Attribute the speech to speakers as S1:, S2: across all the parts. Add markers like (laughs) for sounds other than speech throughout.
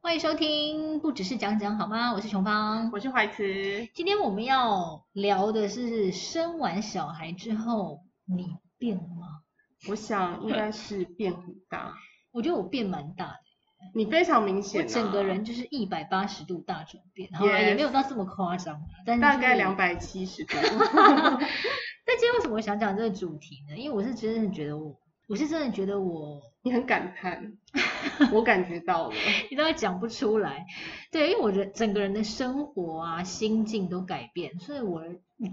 S1: 欢迎收听，不只是讲讲好吗？我是琼芳，
S2: 我是怀慈。
S1: 今天我们要聊的是生完小孩之后你变了吗？
S2: 我想应该是变很大，
S1: 我觉得我变蛮大的，
S2: 你非常明
S1: 嗯我
S2: 显、啊，
S1: 整个人就是一百八十度大转变，好啦
S2: Yes
S1: 也没有到这么夸张啊，但是
S2: 大概两
S1: 百。
S2: 百七十
S1: (laughs)
S2: 度。
S1: 但今天为什么我想讲这个主题呢？因为我是真的觉得我，我是真的觉得我
S2: 你很感
S1: (laughs)
S2: 叹，我感觉到了。
S1: 你都讲不出来。对，因为我的整个人的生活啊、心境都改变，所以我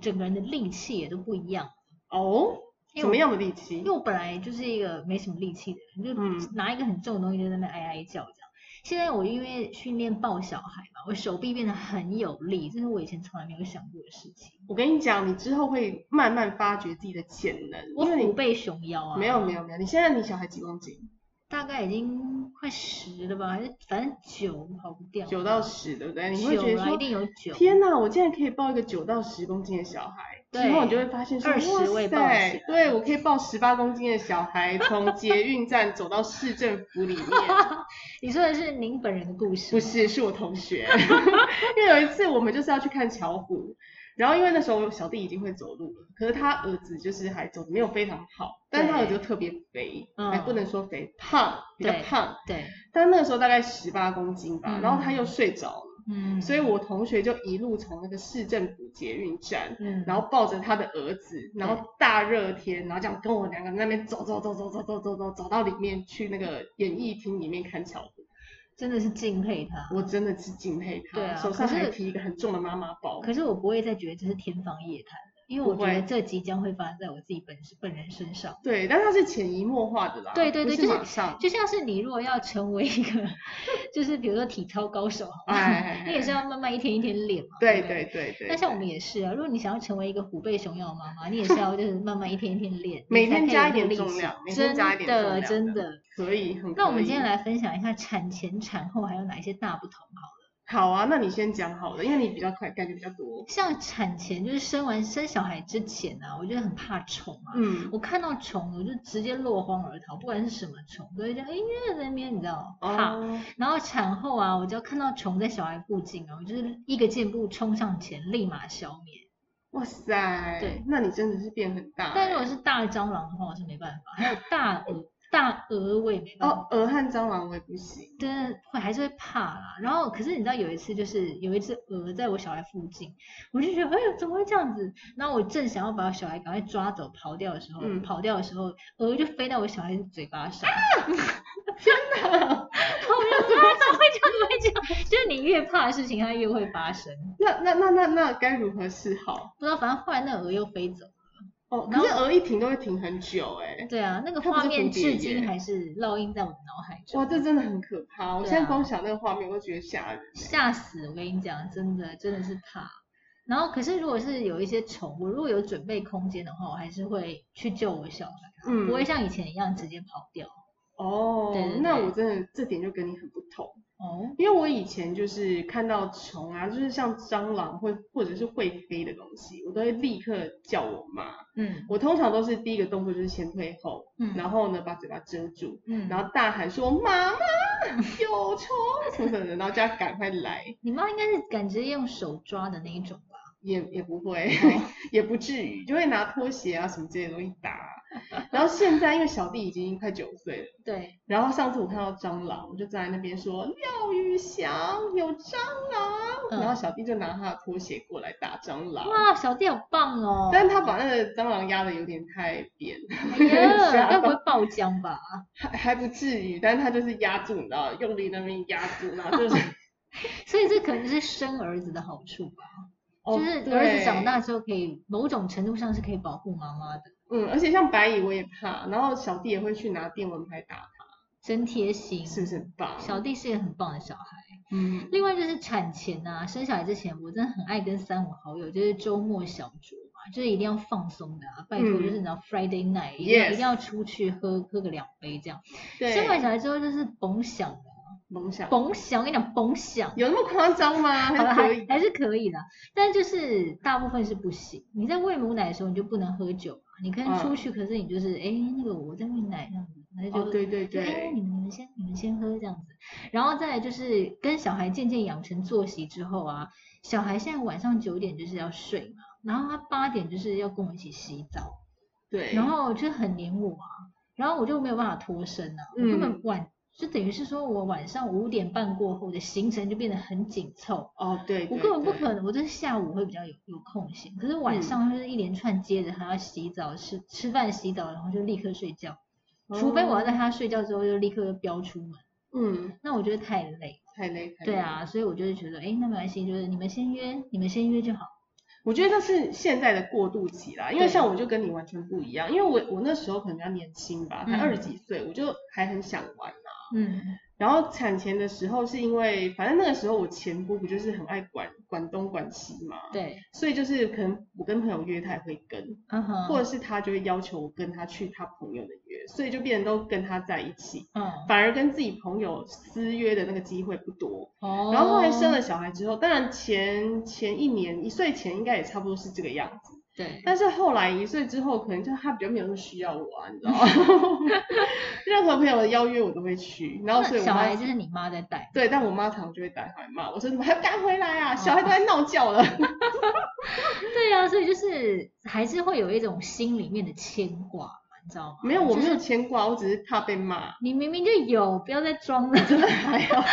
S1: 整个人的力气也都不一样。
S2: 哦，
S1: 因为
S2: 什
S1: 我
S2: 么样的力
S1: 因
S2: 气
S1: 为？我本来就是一个没什么力气的人，就
S2: 嗯
S1: 拿一个很重的东西就在那边哀哀叫这样。现在我因为训练抱小孩嘛，我手臂变得很有力，这是我以前从来没有想过的事情。
S2: 我跟你讲，你之后会慢慢发掘自己的潜能，
S1: 我
S2: 因为
S1: 虎
S2: 你
S1: 背熊腰啊，
S2: 没有没有没有，你现在你小孩几公斤？
S1: 大概已经快十了吧，还是反正九跑不掉，
S2: 九到十，对不对？你会觉
S1: 九
S2: 得
S1: 啦，一定
S2: 说，
S1: 有九。
S2: 天哪，我竟然可以抱一个九到十公斤的小孩，
S1: 对
S2: 之后你就会发现说，
S1: 20
S2: 哇
S1: 我也抱得起
S2: 塞
S1: 来，
S2: 对我可以抱十八公斤的小孩，从捷运站走到市政府
S1: (laughs)
S2: 里面。
S1: 你说的是您本人的故事？
S2: 不，是，是我同学。 (laughs) 因为有一次我们就是要去看巧虎，然后因为那时候小弟已经会走路了，可是他儿子就是还走得没有非常好，但是他儿子就特别肥，
S1: 嗯
S2: 还不能说肥，胖，比较
S1: 对
S2: 胖。
S1: 对，
S2: 他那时候大概十八公斤吧，
S1: 嗯
S2: 然后他又睡着了，
S1: 嗯，
S2: 所以我同学就一路从那个市政府捷运站。
S1: 嗯，
S2: 然后抱着他的儿子，然后大热天，然后这样跟我两个人在那边走走走走走走走走，走到里面去那个演艺厅里面看巧虎。
S1: 真的是敬佩他。
S2: 我真的是敬佩他，
S1: 对啊
S2: 手上
S1: 可是
S2: 还提一个很重的妈妈包。
S1: 可是我不会再觉得这是天方夜谭了，因为我
S2: 不
S1: 觉得
S2: 会
S1: 这即将会发生在我自己本本人身上。
S2: 对，但是他是潜移默化的啦，
S1: 对对对
S2: 不
S1: 就是是
S2: 马上，
S1: 就像是你如果要成为一个，就是比如说体操高手，好
S2: 哎
S1: 吗
S2: 哎哎
S1: 你也是要慢慢一天一天练嘛。
S2: 对
S1: 不
S2: 对。对对。
S1: 那像我们也是啊，如果你想要成为一个虎背熊腰的妈妈，你也是要就是慢慢一天一天练，你
S2: 每
S1: 才
S2: 天
S1: 可以
S2: 加
S1: 有
S2: 一点
S1: 力
S2: 重
S1: 气
S2: 量每天
S1: 真
S2: 加一点重
S1: 的
S2: 量
S1: 真
S2: 的
S1: 的。
S2: 可以，很
S1: 那我们今
S2: 可
S1: 天
S2: 以
S1: 来分享一下产前、产后还有哪一些大不同好了。
S2: 好啊，那你先讲好了，因为你比较快，感觉比较多。
S1: 像产前就是生完生小孩之前啊，我就很怕虫啊。
S2: 嗯，
S1: 我看到虫，我就直接落荒而逃，不管是什么虫，都会这样，哎、在那边你知道怕。
S2: 哦，
S1: 然后产后啊，我只要看到虫在小孩附近啊，我就是一个箭步冲上前，立马消灭。
S2: 哇塞，
S1: 对，
S2: 那你真的是变很大欸。
S1: 但如果是大蟑螂的话，我是没办法，还有大蛾，大蛾我也没办法。
S2: 哦，鹅和蟑螂我也不行。
S1: 真的会还是会怕啦。然后可是你知道有一次就是有一只鹅在我小孩附近，我就觉得哎呦怎么会这样子？然后我正想要把我小孩赶快抓走跑掉的时候，
S2: 嗯
S1: 跑掉的时候鹅就飞到我小孩嘴巴上，
S2: 啊
S1: 天哪！ (laughs) 然后我就说啊怎么会这样？怎么会这样？就是你越怕的事情，它越会发生。
S2: 那那那那那该如何是好？
S1: 不知道，反正后来那鹅又飞走。
S2: 哦，
S1: 然后
S2: 可是鹅一停都会停很久哎、
S1: 对啊，那个
S2: 它不
S1: 画
S2: 是
S1: 面
S2: 蝴蝶
S1: 至今
S2: 耶
S1: 还是烙印在我的脑海中。
S2: 哇，这真的很可怕！我
S1: 对
S2: 现在
S1: 啊
S2: 光想那个画面，我都觉得吓人。
S1: 吓死！我跟你讲，真的真的是怕。然后，可是如果是有一些虫，我如果有准备空间的话，我还是会去救我小孩，
S2: 嗯
S1: 不会像以前一样直接跑掉。
S2: 哦，
S1: 对对
S2: 那
S1: 对
S2: 我真的这点就跟你很不同，
S1: 哦，
S2: 因为我以前就是看到虫啊，就是像蟑螂会或者是会飞的东西，我都会立刻叫我妈。
S1: 嗯
S2: 我通常都是第一个动作就是先退后，
S1: 嗯
S2: 然后呢把嘴巴遮住，
S1: 嗯，
S2: 然后大喊说妈妈有虫什么什么的，然后叫他赶快来，
S1: 你妈应该是敢直接用手抓的那一种吧？
S2: 也也不会，
S1: 哦
S2: (laughs) 也不至于，就会拿拖鞋啊什么之类的东西打。啊然后现在因为小弟已经快九岁了。
S1: 对，
S2: 然后上次我看到蟑螂，我就站在那边说廖宇翔有蟑螂，
S1: 嗯
S2: 然后小弟就拿他的拖鞋过来打蟑螂，
S1: 哇，小弟好棒哦！
S2: 但是他把那个蟑螂压的有点太扁，
S1: 哎呀，
S2: 吓
S1: 该不
S2: 到
S1: 会爆浆吧？
S2: 还还不至于，但是他就是压住，你知道，用力那边压住，然
S1: (laughs)
S2: 后就是，
S1: 所以这可能是生儿子的好处吧，
S2: 哦
S1: 就是儿子长，
S2: 对
S1: 大之后可以某种程度上是可以保护妈妈的，
S2: 嗯，而且像白蚁我也怕，然后小弟也会去拿电蚊拍打
S1: 真贴心
S2: 他，。是不是很棒？
S1: 小弟是一个很棒的小孩。
S2: 嗯，
S1: 另外就是产前啊，生小孩之前，我真的很爱跟三五好友，就是周末小酌嘛，就是一定要放松的啊，拜托，
S2: 嗯
S1: 就是你知道 Friday night，一定要
S2: Yes
S1: 一定要出去喝喝个两杯这样。生完
S2: 对，
S1: 小孩之后就是甭想了，
S2: 梦想
S1: 甭想，我跟你讲甭想，
S2: 有那么夸张吗？ (laughs)
S1: 好了
S2: 还可
S1: 还
S2: 以，
S1: 还是可以的，但就是大部分是不行。你在喂母奶的时候，你就不能喝酒啊，你可以
S2: 嗯
S1: 出去，可是你就是哎、那个我在喂奶这样子，然后就、
S2: 哦，对对
S1: 就哎，
S2: 对，
S1: 你们你们先你们先喝这样子，然后再来就是跟小孩渐渐养成作息之后啊，小孩现在晚上九点就是要睡嘛，然后他八点就是要跟我一起洗澡，
S2: 对，
S1: 然后就很黏我啊，然后我就没有办法脱身啊，我根本
S2: 嗯
S1: 晚就等于是说我晚上五点半过后我的行程就变得很紧凑。
S2: 哦对，
S1: 我
S2: 对
S1: 根本不
S2: 对
S1: 可能，我就是下午会比较有有空闲，可是晚上就是一连串接着还要洗澡、吃吃饭、洗澡，然后就立刻睡觉，除非我要在他睡觉之后就立刻飙出门，
S2: 嗯，
S1: 那我觉得太累。
S2: 太累，太累
S1: 对，啊，所以我就会觉得，哎，那没关系，就是你们先约，你们先约就好。
S2: 我觉得这是现在的过渡期啦，因为
S1: 对
S2: 像我就跟你完全不一样，因为我我那时候可能比较年轻吧，才
S1: 嗯
S2: 二十几岁，我就还很想玩啊。
S1: 嗯，
S2: 然后产前的时候是因为，反正那个时候我前夫不就是很爱管管东管西嘛，
S1: 对，
S2: 所以就是可能我跟朋友约他也会跟，
S1: 嗯哼，
S2: 或者是他就会要求我跟他去他朋友的约，所以就变成都跟他在一起，
S1: 嗯，
S2: 反而跟自己朋友私约的那个机会不多。
S1: 哦，
S2: 然后后来生，了小孩之后，当然前前一年一岁前应该也差不多是这个样子，
S1: 对，
S2: 但是后来一岁之后，可能就他比较没有那么需要我啊，你知道吗？ (laughs) 任何朋友的邀约我都会去，然后所以
S1: 那
S2: 我
S1: 小
S2: 妈
S1: 孩就是你妈在带，
S2: 对，但我妈常常就会打电话来骂我说怎么还不赶回来
S1: 哦
S2: 啊，小孩都在闹觉了。
S1: (laughs) 对啊，所以就是还是会有一种心里面的牵挂嘛，你知道吗？
S2: 没有，我
S1: 就
S2: 没有
S1: 是
S2: 牵挂，我只是怕被骂。 (laughs) 哎
S1: 你明明就有，不要再装了，
S2: 真的还好，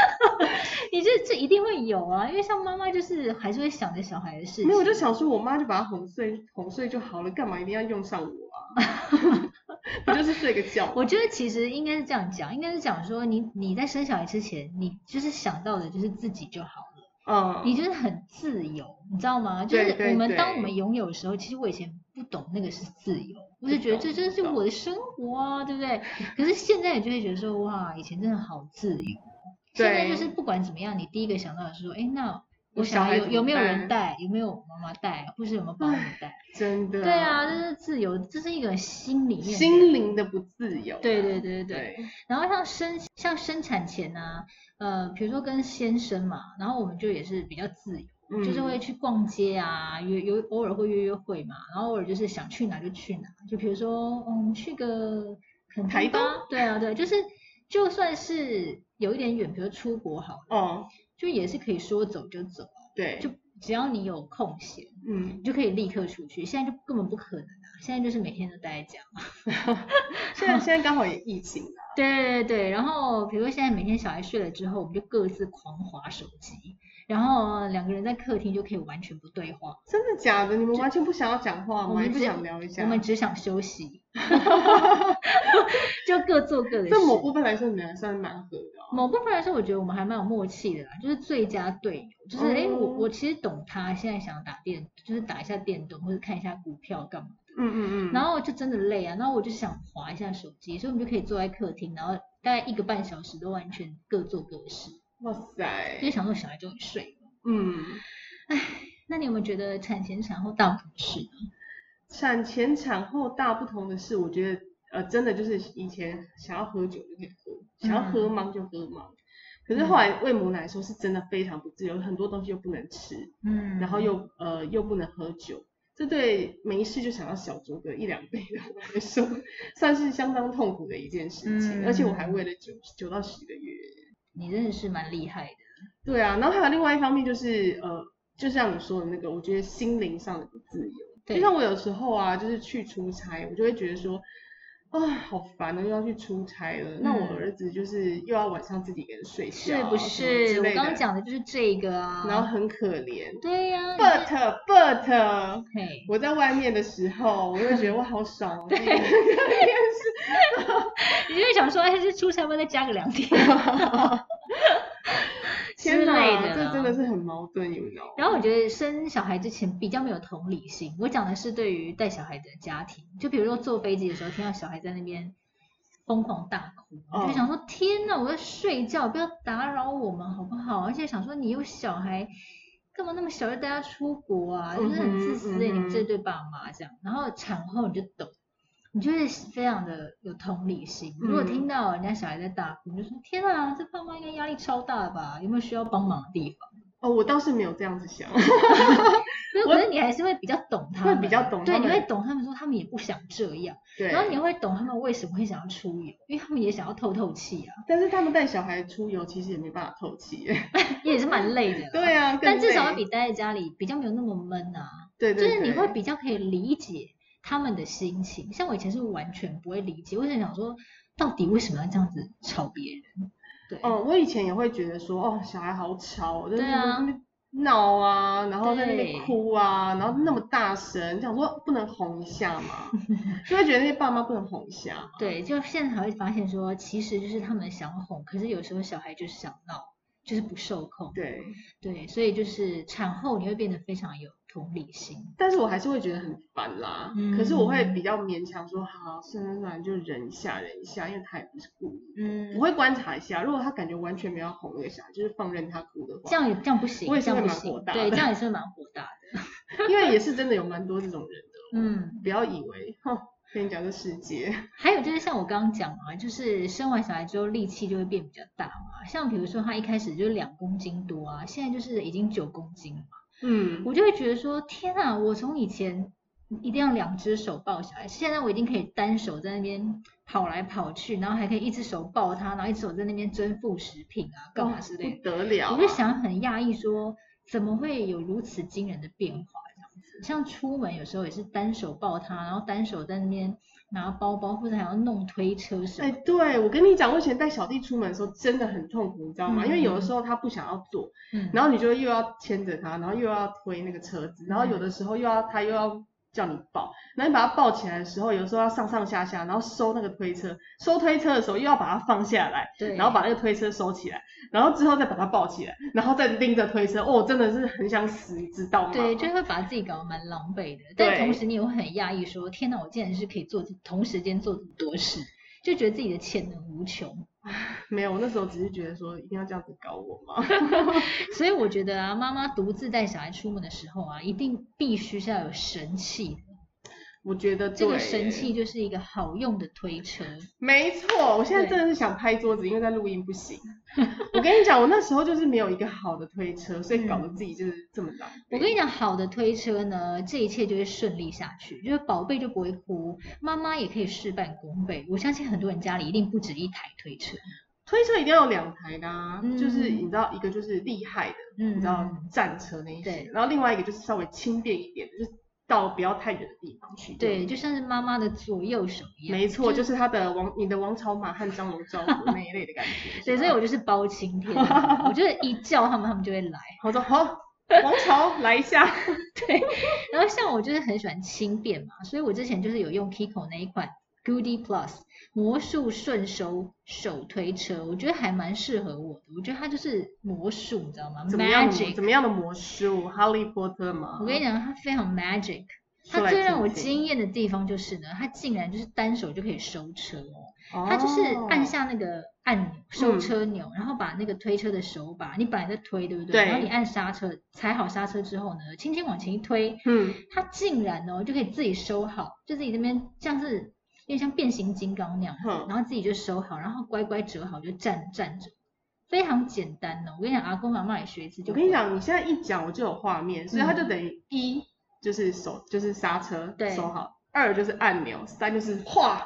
S1: 你这这一定会有啊，因为像妈妈就是还是会想着小孩的事情。
S2: 没有，我就想说我妈就把他哄睡，哄睡就好了，干嘛一定要用上我啊？ (laughs) 不就是睡个觉吗？
S1: (laughs) 我觉得其实应该是这样讲，应该是讲说你你在生小孩之前，你就是想到的就是自己就好了，
S2: 嗯，
S1: 你就是很自由，你知道吗？就是
S2: 对对
S1: 我们
S2: 对
S1: 当我们拥有的时候，其实我以前不懂那个是自由，我就
S2: 不
S1: 觉得
S2: 懂
S1: 这
S2: 不
S1: 真是
S2: 懂
S1: 我的生活啊，对不对？可是现在你就会觉得说，哇，以前真的好自由。现在就
S2: 对
S1: 是不管怎么样，你第一个想到的是说，哎，那
S2: 我
S1: 我
S2: 小
S1: 小
S2: 孩
S1: 孩有
S2: 怎么
S1: 有没有人
S2: 办
S1: 带，有没有妈妈带，或是有没有保姆带？
S2: 真的。
S1: 对啊，这是自由，这是一个心里面的
S2: 嗯心灵的不自由啊。
S1: 对对对对对。
S2: 对，
S1: 然后像生像生产前啊，呃，比如说跟先生嘛，然后我们就也是比较自由，
S2: 嗯
S1: 就是会去逛街啊，约有偶尔会约约会嘛，然后偶尔就是想去哪就去哪，就比如说嗯去个垦
S2: 台
S1: 丁吧，对啊对，就是就算是有一点远，比如说出国好了，
S2: 哦，
S1: 就也是可以说走就走，
S2: 对，
S1: 就只要你有空闲，
S2: 嗯
S1: 你，就可以立刻出去。现在就根本不可能啊，现在就是每天都待在家。
S2: 现在现在刚好也疫情啊，
S1: 对对对，然后比如说现在每天小孩睡了之后，我们就各自狂划手机，然后两个人在客厅就可以完全不对话，
S2: 真的假的？你们完全不想要讲话
S1: 我
S2: 吗？
S1: 们
S2: 也不
S1: 只
S2: 想聊一下
S1: 我？们只想休
S2: (laughs)
S1: 息，就各做各的事。
S2: 这某部分来说，你们还算蛮合的哦。
S1: 某部分来说，我觉得我们还蛮有默契的啦，就是最佳队友，就是哎、诶我
S2: 哦
S1: 我其实懂他现在想打电，就是打一下电动或者看一下股票干嘛。
S2: 嗯嗯嗯。
S1: 然后就真的累啊，然后我就想划一下手机，所以我们就可以坐在客厅，然后大概一个半小时都完全各做各的事，
S2: 哇
S1: 就
S2: 塞，
S1: 想说小孩终于睡了。
S2: 嗯，
S1: 那你有没有觉得产前产后大不同是？
S2: 产前产后大不同的是，我觉得呃，真的就是以前想要喝酒就可以
S1: 嗯
S2: 喝，想要喝忙就喝忙。可是后来喂母奶的时候，是真的非常不自由，很多东西又不能吃，
S1: 嗯
S2: 然后又呃又不能喝酒，这对没事就想要小酌个一两杯的 (laughs) 我来说，算是相当痛苦的一件事情。
S1: 嗯
S2: 而且我还喂了九九到十个月。
S1: 你真的是蛮厉害的，
S2: 对啊，然后还有另外一方面就是呃，就像你说的那个，我觉得心灵上的不自由。就
S1: 对，
S2: 像我有时候啊，就是去出差，我就会觉得说，啊，好烦哦，又要去出差了。那我
S1: 嗯
S2: 儿子就是又要晚上自己一个人睡觉
S1: 是
S2: 啊，
S1: 不
S2: 什么
S1: 是？
S2: 之
S1: 我
S2: 类
S1: 刚刚
S2: 的，
S1: 讲的就是这个啊。
S2: 然后很可怜。
S1: 对呀、
S2: But but，
S1: 嘿，
S2: 我在外面的时候，我会觉得哇，好爽
S1: (laughs)
S2: 哦。自己一个人
S1: 你就会想说，哎，这出差要不要再加个两天之
S2: 天
S1: 类
S2: 哪，
S1: 的
S2: 这
S1: 啦？
S2: 真的是很矛盾，you know。
S1: 然后我觉得生小孩之前比较没有同理心，我讲的是对于带小孩的家庭，就比如说坐飞机的时候听到小孩在那边疯狂大哭，我
S2: 哦
S1: 就想说天呐，我要睡觉，不要打扰我们好不好？而且想说你有小孩，干嘛那么小就带他出国啊？就是很自私的、
S2: 嗯哼嗯
S1: 你
S2: 哼
S1: 们这对爸妈这样。然后产后你就懂。你就会非常的有同理心。如果
S2: 嗯
S1: 听到人家小孩在大哭，你就说：“天啊，这爸妈应该压力超大吧？有没有需要帮忙的地方？”
S2: 哦，我倒是没有这样子想，
S1: (laughs) 没有，可是你还是会比较懂他们，
S2: 会比较懂
S1: 对，
S2: 他
S1: 你
S2: 们
S1: 会懂他们说他们也不想这样，
S2: 对。
S1: 然后你会懂他们为什么会想要出游，因为他们也想要透透气啊，
S2: 但是他们带小孩出游其实也没办法透
S1: (laughs)
S2: 气耶，
S1: 也是蛮累的。
S2: (laughs) 对。啊，
S1: 但
S2: 更
S1: 至少会
S2: 累
S1: 比待在家里比较没有那么闷啊，
S2: 对
S1: 就
S2: 对，
S1: 是你
S2: 对
S1: 会比较可以理解他们的心情。像我以前是完全不会理解，我想想说，到底为什么要这样子吵别人？对，
S2: 哦，我以前也会觉得说，哦，小孩好吵，就是
S1: 对啊
S2: 在那边闹啊，然后在那
S1: 对
S2: 边哭啊，然后那么大声，想说不能哄一
S1: (laughs)
S2: 下嘛，就会觉得那些爸妈不能哄一下嘛。
S1: 对，就现在才会发现说，其实就是他们想哄，可是有时候小孩就是想闹，就是不受控。
S2: 对，
S1: 对，所以就是产后你会变得非常有同理心。
S2: 但是我还是会觉得很烦啦。可是我会
S1: 嗯
S2: 比较勉强说，好，算了算了，就忍一下，忍一下，因为他也不是故意。
S1: 嗯
S2: 我会观察一下，如果他感觉完全没有要哄那个小孩，就是放任他哭的话，
S1: 这样也这样不行，
S2: 我也是
S1: 这样不
S2: 会蛮火
S1: 行，
S2: 大
S1: 对，
S2: 的
S1: 这样也是蛮火大的。
S2: 因为也是真的有蛮多这种人的。
S1: 嗯，
S2: 不要以为，哼，跟你讲这世界，
S1: 还有就是像我刚刚讲嘛，就是生完小孩之后力气就会变比较大嘛。像比如说他一开始就两公斤多啊，现在就是已经九公斤了嘛，
S2: (laughs) 嗯，
S1: 我就会觉得说天啊，我从以前一定要两只手抱小孩，现在我已经可以单手在那边跑来跑去，然后还可以一只手抱他，然后一只手在那边蒸副食品啊，干嘛之类的。
S2: 不得了、啊。
S1: 我就想很讶异说，怎么会有如此惊人的变化？这样子，像出门有时候也是单手抱他，然后单手在那边拿包包，或者还要弄推车什
S2: 哎、
S1: 么。
S2: 对，我跟你讲，我以前带小弟出门的时候真的很痛苦，你知道吗？因为有的时候他不想要坐，
S1: 嗯，
S2: 然后你就又要牵着他，然后又要推那个车子，然后有的时候又要他又要叫你抱，然后你把他抱起来的时候，有时候要上上下下，然后收那个推车，收推车的时候又要把它放下来，
S1: 对，
S2: 然后把那个推车收起来，然后之后再把它抱起来，然后再拎着推车，哦，真的是很想死，你知道吗？
S1: 对，就会把自己搞得蛮狼狈的。但
S2: 对
S1: 同时你也会很讶异说，天哪，我竟然是可以做同时间做这么多事，就觉得自己的潜能无穷。
S2: 没有，我那时候只是觉得说一定要这样子搞我吗？ (laughs)
S1: 所以我觉得啊，妈妈独自带小孩出门的时候啊，一定必须是要有神器的。
S2: 我觉得
S1: 这个
S2: 对耶
S1: 神器就是一个好用的推车。
S2: 没错，我现在
S1: 对
S2: 真的是想拍桌子，因为在录音
S1: (laughs)
S2: 不行。我跟你讲，我那时候就是没有一个好的推车，所以搞得自己就是这么狼狈。
S1: 我跟你讲，好的推车呢，这一切就会顺利下去，就是宝贝就不会哭，妈妈也可以事半功倍。我相信很多人家里一定不止一台推车，
S2: 推车一定要有两台的、啊，
S1: 嗯
S2: 就是你知道一个就是厉害的，
S1: 嗯
S2: 你知道战车那一
S1: 对
S2: 些，然后另外一个就是稍微轻便一点的，就是到不要太远的地方去。
S1: 对，，就像是妈妈的左右手一样。
S2: 没错，就是他的王你的王朝马和张龙赵虎那一类的感觉
S1: (laughs) 。对，所以我就是包青天，啊
S2: (laughs)
S1: 我就是一叫他们，他们就会来。
S2: 我说好，王朝来
S1: (laughs)
S2: 一下。
S1: 然后像我就是很喜欢轻便嘛，所以我之前就是有用 Kiko 那一款 Goody Plus 魔术顺手手推车，我觉得还蛮适合我的。我觉得它就是魔术，你知道吗
S2: 怎么样的魔
S1: ？Magic
S2: 怎。么样的魔术？哈利波特吗？
S1: 我跟你讲，它非常 magic。
S2: 说
S1: 它
S2: 来
S1: 最让
S2: 听
S1: 我
S2: 听
S1: 惊艳的地方就是呢，它竟然就是单手就可以收车哦，
S2: 哦嗯
S1: 它就是按下那个按钮收车钮，然后把那个推车的手把，你本来在推对不对？
S2: 对
S1: 然后你按刹车，踩好刹车之后呢，轻轻往前一推，
S2: 嗯，
S1: 它竟然哦就可以自己收好，就自己这边像是有点像变形金刚那样子，
S2: 哼
S1: 然后自己就收好，然后乖乖折好就站站着，非常简单哦。我跟你讲，阿公阿妈也学一次就
S2: 我
S1: 会。
S2: 跟你讲，你现在一讲我就有画面，所以它就等于一就是手就是刹车
S1: 嗯对
S2: 收好，二就是按钮，三就是哗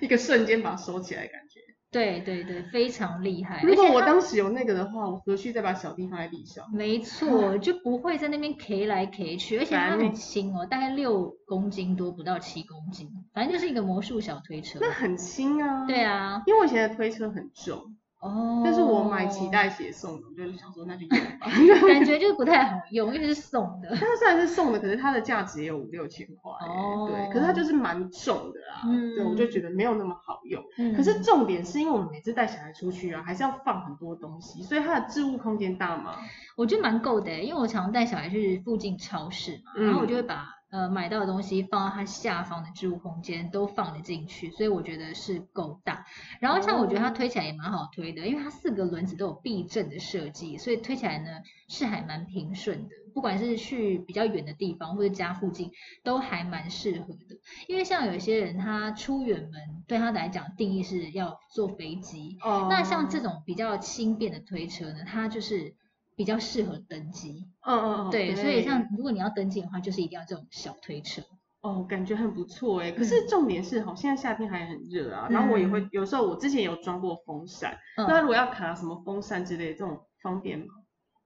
S2: 一个瞬间把它收起来的感觉。
S1: 对对对，非常厉害。
S2: 如
S1: 而
S2: 果
S1: 且
S2: 我
S1: 它
S2: 当时有那个的话，我何须再把小弟放在地上？
S1: 没错，就不会在那边 K 来 K 去，而且它
S2: 烦
S1: 很
S2: 欸
S1: 轻哦，大概六公斤多，不到七公斤，反正就是一个魔术小推车。
S2: 那很轻啊。
S1: 对。啊，
S2: 因为我以前的推车很重，
S1: 哦，
S2: 但是我买脐，带血送的，我就想说那就用
S1: (laughs)
S2: 吧。
S1: 感觉就是不太好用，因为是送
S2: (laughs)
S1: 的。
S2: 它虽然是送的，可是它的价值也有五六千块、欸，
S1: 哦
S2: 对，可是它就是蛮重的啦，
S1: 嗯
S2: 对，我就觉得没有那么好用。
S1: 嗯
S2: 可是重点是因为我们每次带小孩出去啊，还是要放很多东西，所以它的置物空间大嘛。
S1: 我觉得蛮够的欸，因为我常带小孩去附近超市嘛，然后我就会把呃买到的东西放到它下方的置物空间都放得进去，所以我觉得是够大。然后像我觉得它推起来也蛮好推的，因为它四个轮子都有避震的设计，所以推起来呢是还蛮平顺的。不管是去比较远的地方或者家附近，都还蛮适合的。因为像有些人他出远门，对他来讲定义是要坐飞机，
S2: 哦
S1: 那像这种比较轻便的推车呢，它就是比较适合登机。哦
S2: 嗯嗯嗯，
S1: 对，所以像如果你要登机的话，就是一定要这种小推车。
S2: 哦，感觉很不错
S1: 嗯
S2: 哎。可是重点是，好，现在夏天还很热啊，然后我也会有时候我之前有装过风扇，
S1: 嗯
S2: 那如果要卡什么风扇之类的这种方便吗？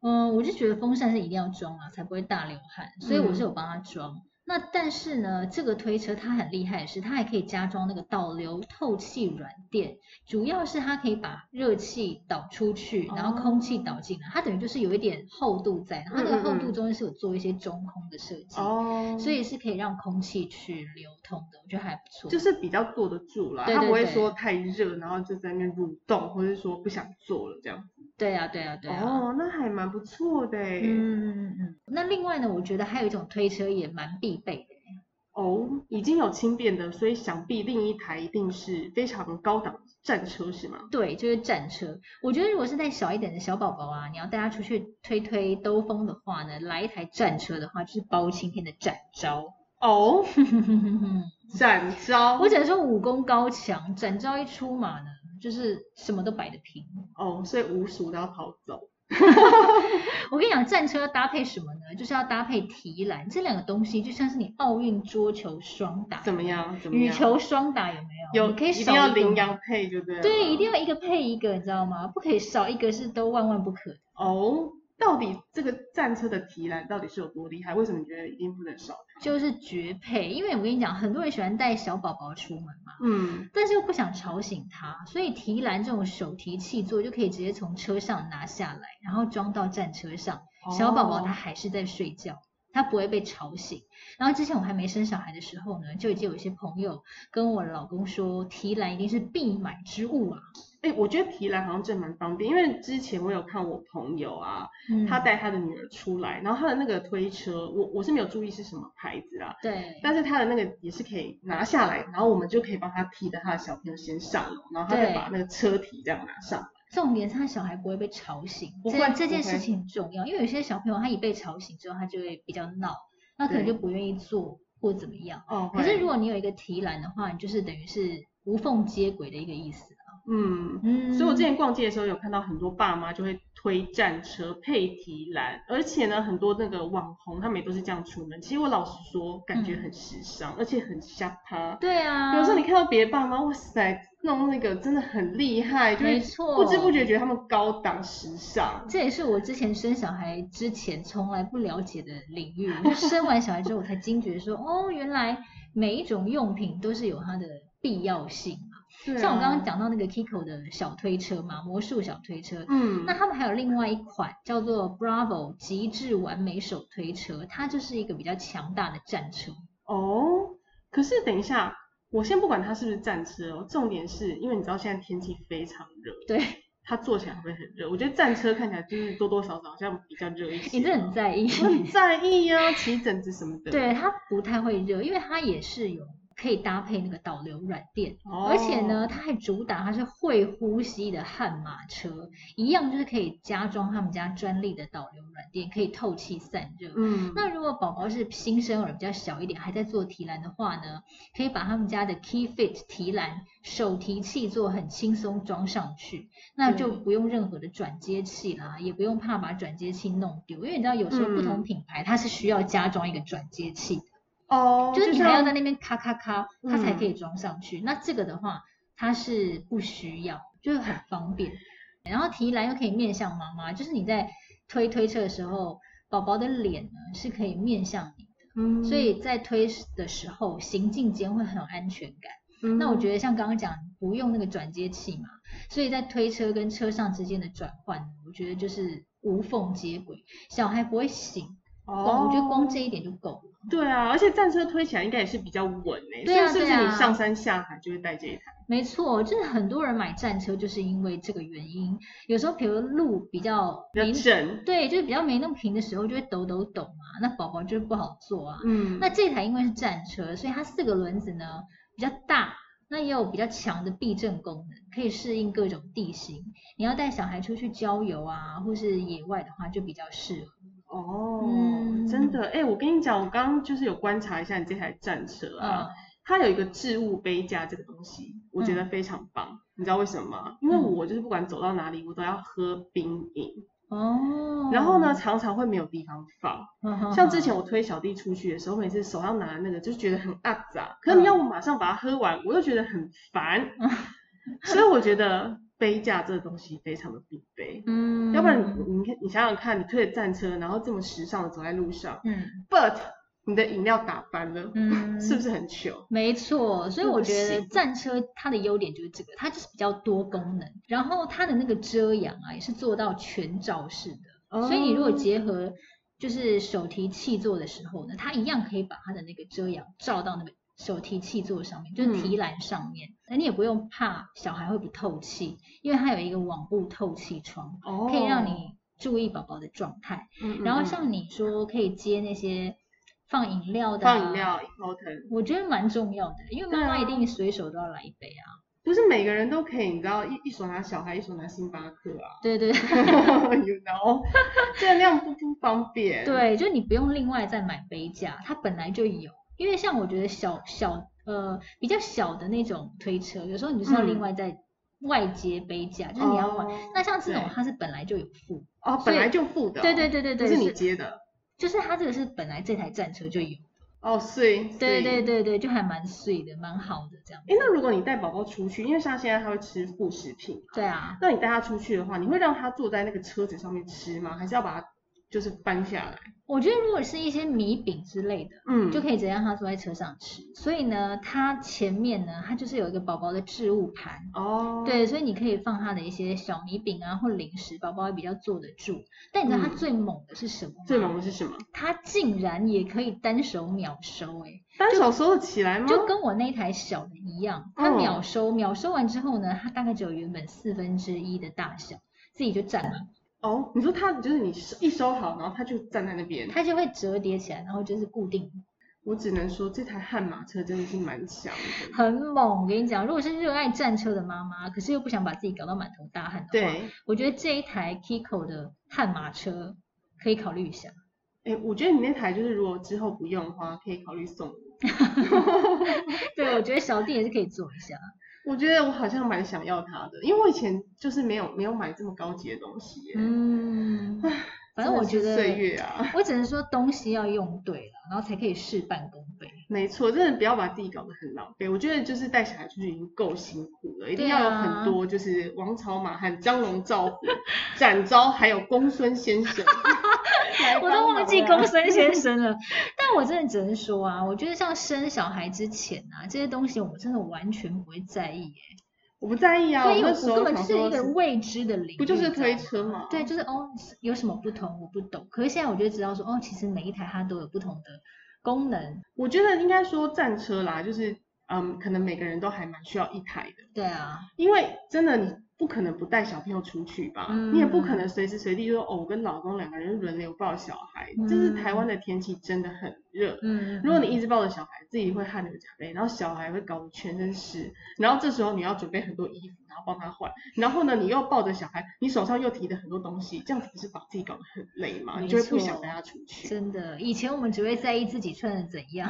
S1: 嗯，我就觉得风扇是一定要装啊，才不会大流汗，所以我是
S2: 嗯
S1: 有帮他装。那但是呢，这个推车它很厉害的是，它还可以加装那个导流透气软垫，主要是它可以把热气导出去，然后空气导进来，它等于就是有一点厚度在，然后它那个厚
S2: 哦嗯嗯
S1: 度
S2: 嗯
S1: 中间是有做一些中空的设计，
S2: 哦
S1: 所以是可以让空气去流通的，我觉得还不错。
S2: 就是比较坐得住啦，
S1: 对
S2: 他
S1: 对
S2: 不会
S1: 对
S2: 说太热，然后就在那边蠕动，或者说不想坐了这样。
S1: 对啊，对啊，对啊。
S2: 哦，那还蛮不错的欸诶。
S1: 嗯嗯嗯，那另外呢，我觉得还有一种推车也蛮必备的，
S2: 哦，已经有轻便的，所以想必另一台一定是非常高档战车是吗？
S1: 对，就是战车。我觉得如果是带小一点的小宝宝啊，你要带他出去推推兜风的话呢，来一台战车的话，就是包青天的展昭。
S2: 哦，展昭
S1: (laughs) 我只能说武功高强，展昭一出马呢，就是什么都摆得平。
S2: 哦，所以无数都要跑走。
S1: 我跟你讲，战车搭配什么呢？就是要搭配提篮，这两个东西就像是你奥运桌球双打、
S2: 怎么样？怎么
S1: 羽
S2: 样？
S1: 球双打有没有？
S2: 有
S1: 你可以
S2: 一
S1: 少
S2: 定要
S1: 一个
S2: 羚
S1: 吗
S2: 羊配就对了。
S1: 对，一定要一个配一个，你知道吗？不可以少一个，是都万万不可的。
S2: 哦。到底这个战车的提篮到底是有多厉害？为什么你觉得一定不能少？
S1: 就是绝配，因为我跟你讲，很多人喜欢带小宝宝出门嘛，
S2: 嗯，
S1: 但是又不想吵醒他，所以提篮这种手提器座就可以直接从车上拿下来，然后装到战车上，小宝宝
S2: 哦
S1: 他还是在睡觉。他不会被吵醒。然后之前我还没生小孩的时候呢，就已经有一些朋友跟我老公说，提篮一定是必买之物啊。
S2: 哎、我觉得提篮好像真的蛮方便，因为之前我有看我朋友啊，
S1: 嗯
S2: 他带他的女儿出来，然后他的那个推车，我我是没有注意是什么牌子啦，
S1: 对
S2: 但是他的那个也是可以拿下来，然后我们就可以帮他提着他的小朋友先上楼，然后他再
S1: 对
S2: 把那个车提这样拿上来。
S1: 重点是他小孩不会被吵醒，
S2: 不
S1: 这
S2: 会
S1: 这件
S2: 不
S1: 事
S2: 会
S1: 情很重要，因为有些小朋友他一被吵醒之后，他就会比较闹，那可能
S2: 对
S1: 就不愿意做或怎么样。
S2: 哦，
S1: 可是
S2: 会
S1: 如果你有一个提篮的话，你就是等于是无缝接轨的一个意思啊。
S2: 嗯。
S1: 嗯
S2: 所以我之前逛街的时候有看到很多爸妈就会推战车配提篮，而且呢，很多那个网红他们也都是这样出门。其实我老实说，感觉
S1: 嗯
S2: 很时尚，而且很瞎趴。
S1: 对啊，
S2: 有时候你看到别的爸妈，哇塞，弄那个真的很厉害，就
S1: 没
S2: 是
S1: 错，
S2: 不知不觉觉得他们高档时尚。
S1: 这也是我之前生小孩之前从来不了解的领域。我就生完小孩之后，我才惊觉说，哦，原来每一种用品都是有它的必要性嘛。
S2: 对啊
S1: 像我刚刚，讲到那个 Kiko 的小推车嘛，魔术小推车，
S2: 嗯，
S1: 那他们还有另外一款叫做 Bravo 极致完美手推车，它就是一个比较强大的战车。
S2: 哦，可是等一下，我先不管它是不是战车哦，重点是因为你知道现在天气非常热，
S1: 对 (laughs)
S2: 它坐起来会很热。我觉得战车看起来就是多多少少好像比较热一些。
S1: 你这很在意。
S2: 我很在意啊，起疹子什么的。，
S1: 对，它不太会热，因为它也是有可以搭配那个导流软垫，
S2: 哦、
S1: 而且呢，，它还主打它是会呼吸的悍马车，一样就是可以加装他们家专利的导流软垫，可以透气散热。
S2: 嗯，
S1: 那如果宝宝是新生儿比较小一点，还在做提篮的话呢，可以把他们家的 Key Fit 提篮手提器座很轻松装上去，那就
S2: 对
S1: 不用任何的转接器啦，也不用怕把转接器弄丢，因为你知道有时候不同
S2: 嗯
S1: 品牌它是需要加装一个转接器的，
S2: 哦，
S1: 就是你还要
S2: 像
S1: 在那边咔咔咔，它才可以
S2: 嗯
S1: 装上去。那这个的话，它是不需要，就是很方便。然后提篮又可以面向妈妈，就是你在推推车的时候，宝宝的脸呢是可以面向你，
S2: 嗯，
S1: 所以在推的时候行进间会很有安全感。
S2: 嗯
S1: 那我觉得像刚刚讲不用那个转接器嘛，所以在推车跟车上之间的转换，我觉得就是无缝接轨，小孩不会醒，
S2: 得，
S1: 光
S2: 哦，
S1: 我觉得光这一点就够了。
S2: 对啊，而且战车推起来应该也是比较稳诶、
S1: 对啊
S2: 所以是
S1: 对
S2: 不是
S1: 啊
S2: 你上山下海就会带这一台？
S1: 没错，就是很多人买战车就是因为这个原因。有时候，比如路比较
S2: 比较
S1: 没
S2: 正，
S1: 对，就是比较没那么平的时候，就会抖抖抖嘛，那宝宝就是不好坐啊。
S2: 嗯，
S1: 那这台因为是战车，所以它四个轮子呢比较大，那也有比较强的避震功能，可以适应各种地形。你要带小孩出去郊游啊，或是野外的话，就比较适合。
S2: 哦，
S1: 嗯
S2: 真的，哎、我跟你讲，我刚刚就是有观察一下你这台战车啊，
S1: 嗯，
S2: 它有一个置物杯架这个东西，我觉得非常棒。你知道为什么吗？因为
S1: 嗯
S2: 我就是不管走到哪里，我都要喝冰饮。
S1: 哦，
S2: 然后呢，常常会没有地方放。
S1: 嗯，
S2: 像之前我推小弟出去的时候，每次手上拿那个就觉得很阿杂，
S1: 嗯
S2: 可是你要我马上把它喝完，我又觉得很烦。所以我觉得杯架这个东西非常的必备，
S1: 嗯，
S2: 要不然你你看你想想看，你推着战车，然后这么时尚的走在路上
S1: 嗯
S2: ，but 你的饮料打翻了，
S1: 嗯，
S2: (laughs) 是不是很糗？
S1: 没错，所以
S2: 那
S1: 我
S2: 不
S1: 觉得
S2: 行
S1: 战车它的优点就是这个，它就是比较多功能，然后它的那个遮阳啊也是做到全罩式的， (laughs)
S2: 哦
S1: 所以你如果结合就是手提气座的时候呢，它一样可以把它的那个遮阳照到那个手提气座上面，就是
S2: 嗯
S1: 提篮上面，那、你也不用怕小孩会不透气，因为它有一个网布透气窗，
S2: 哦
S1: 可以让你注意宝宝的状态。
S2: 嗯，嗯
S1: 然后
S2: 嗯
S1: 像你说可以接那些放饮料的、啊，
S2: 放饮料、头疼，
S1: 我觉得蛮重要的，因为妈妈
S2: 对啊
S1: 一定随手都要来一杯啊。
S2: 不是每个人都可以，你知道，一一手拿小孩，一手拿星巴克啊 (laughs)
S1: 对对对
S2: ，you know，这 (laughs) 样那样不不方便。，
S1: (laughs) 对，就你不用另外再买杯架，它本来就有。因为像我觉得小小呃比较小的那种推车，有时候你就是要
S2: 嗯
S1: 另外再外接杯架，就是你要买。
S2: 哦
S1: 那像这种
S2: 对
S1: 它是本来就有附，
S2: 哦，
S1: 所以
S2: 本来就付的哦、
S1: 对对对对对，
S2: 不是你接的。
S1: 就是它这个是本来这台战车就有，
S2: 哦，碎。
S1: 对啊
S2: 碎
S1: 对对对，就还蛮碎的，蛮好的这样。
S2: 诶，那如果你带宝宝出去，因为像现在他会吃副食品，
S1: 对啊，
S2: 那你带他出去的话，你会让他坐在那个车子上面吃吗？还是要把它就是搬下来？
S1: 我觉得如果是一些米饼之类的，
S2: 嗯
S1: 就可以直接让他坐在车上吃。所以呢，它前面呢，它就是有一个宝宝的置物盘。
S2: 哦，，
S1: 对，所以你可以放他的一些小米饼啊，或零食，宝宝也比较坐得住。但你知道他
S2: 嗯
S1: 最猛的是什么吗？
S2: 最猛的是什么？
S1: 他竟然也可以单手秒收、欸，
S2: 单手收得起来吗？
S1: 就跟我那台小的一样，他
S2: 哦
S1: 秒收，秒收完之后呢，他大概只有原本四分之一的大小，自己就站满，
S2: 哦，你说他就是你收一收好，然后他就站在那边。
S1: 它就会折叠起来，然后就是固定
S2: 我只能说这台悍马车真的是蛮强的。
S1: 很猛，我跟你讲，如果是热爱战车的妈妈，可是又不想把自己搞到满头大汗的话，
S2: 对，
S1: 我觉得这一台 Kiko 的悍马车可以考虑一
S2: (laughs)
S1: 下。
S2: 哎，我觉得你那台就是如果之后不用的话，可以考虑送我。
S1: 对，我觉得小弟也是可以做一
S2: (laughs)
S1: 下。
S2: 我觉得我好像蛮想要它的，因为我以前就是没有没有买这么高级的东西耶。
S1: 嗯，反正我觉
S2: 真的是岁
S1: 得，
S2: 月啊，
S1: 我只能说东西要用对了，然后才可以事半功
S2: (laughs)
S1: 倍。
S2: 没错，真的不要把自己搞得很狼狈。我觉得就是带小孩出去已经够辛苦了，一定
S1: 对
S2: 要有
S1: 啊
S2: 很多就是王朝马汉、张龙赵虎、展昭，还有公孙
S1: (laughs)
S2: 先生来
S1: 我
S2: 帮
S1: 都
S2: 忙
S1: 忘记
S2: 啊
S1: 公孙先生了， (laughs) 但我真的只能说啊，我觉得像生小孩之前啊，这些东西我真的完全不会在意、耶。
S2: 我不在意啊，
S1: 对，我
S2: 我那时候
S1: 我根
S2: 想
S1: 本就是
S2: 说
S1: 一个
S2: 是
S1: 未知的领域，
S2: 不就
S1: 你
S2: 是
S1: 知道
S2: 推
S1: 吗
S2: 车嘛
S1: 对，就是哦，有什么不同我不懂。可是现在我就知道说，哦，其实每一台它都有不同的功能。
S2: 我觉得应该说战车啦，就是嗯，可能每个人都还蛮需要一台的，
S1: 对啊，
S2: 因为真的你不可能不带小朋友出去吧，
S1: 嗯
S2: 你也不可能随时随地就说哦，我跟老公两个人轮流抱小孩，就是台湾的天气真的很热。
S1: 嗯
S2: 如果你一直抱着小孩，自己会汗流浃背，然后小孩会搞得全身湿，然后这时候你要准备很多衣服，然后帮他换，然后呢，你又抱着小孩，你手上又提着很多东西，这样子不是把自己搞得很累吗？你就会不
S1: 没错
S2: 想带他出去。
S1: 真的，以前我们只会在意自己穿的怎样，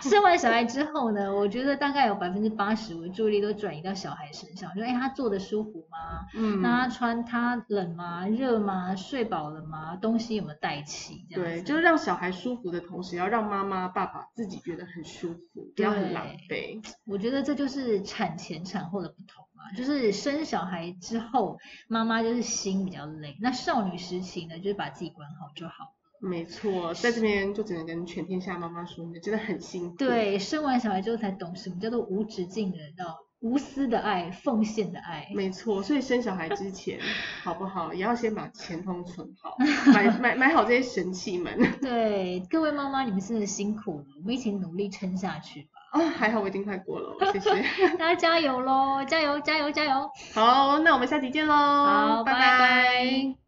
S1: 生完小孩之后呢，我觉得大概有百分之八十我的注意力都转移到小孩身上，就哎他坐的舒服吗？
S2: 嗯
S1: 那他穿他冷吗？热吗？睡饱了吗？东西有没有带齐？这样
S2: 对，
S1: 子
S2: 就是让小孩舒服的同时，要让妈妈、爸爸自己觉得很舒服，不要很狼狈。
S1: 我觉得这就是产前产后的不同嘛，就是生小孩之后，妈妈就是心比较累，那少女时期呢，就是把自己管好就好。
S2: 没错，在这边就只能跟全天下妈妈说，你们真的很辛苦。，
S1: 对，生完小孩之后才懂什么叫做无止境的到无私的爱、奉献的
S2: (laughs)
S1: 爱。
S2: 没错，所以生小孩之 (laughs) 前，好不好，也要先把钱通存 (laughs) 好，买买买好这些神器们。
S1: 对，各位妈妈，你们真的辛苦了，我们一起努力撑下去
S2: (laughs)
S1: 吧，
S2: 啊、还好我已经快过了，哦谢 (laughs) 谢。
S1: 大家加油喽！加油，加油，加油！
S2: 好，那我们下集见喽，
S1: 好，
S2: 拜
S1: 拜拜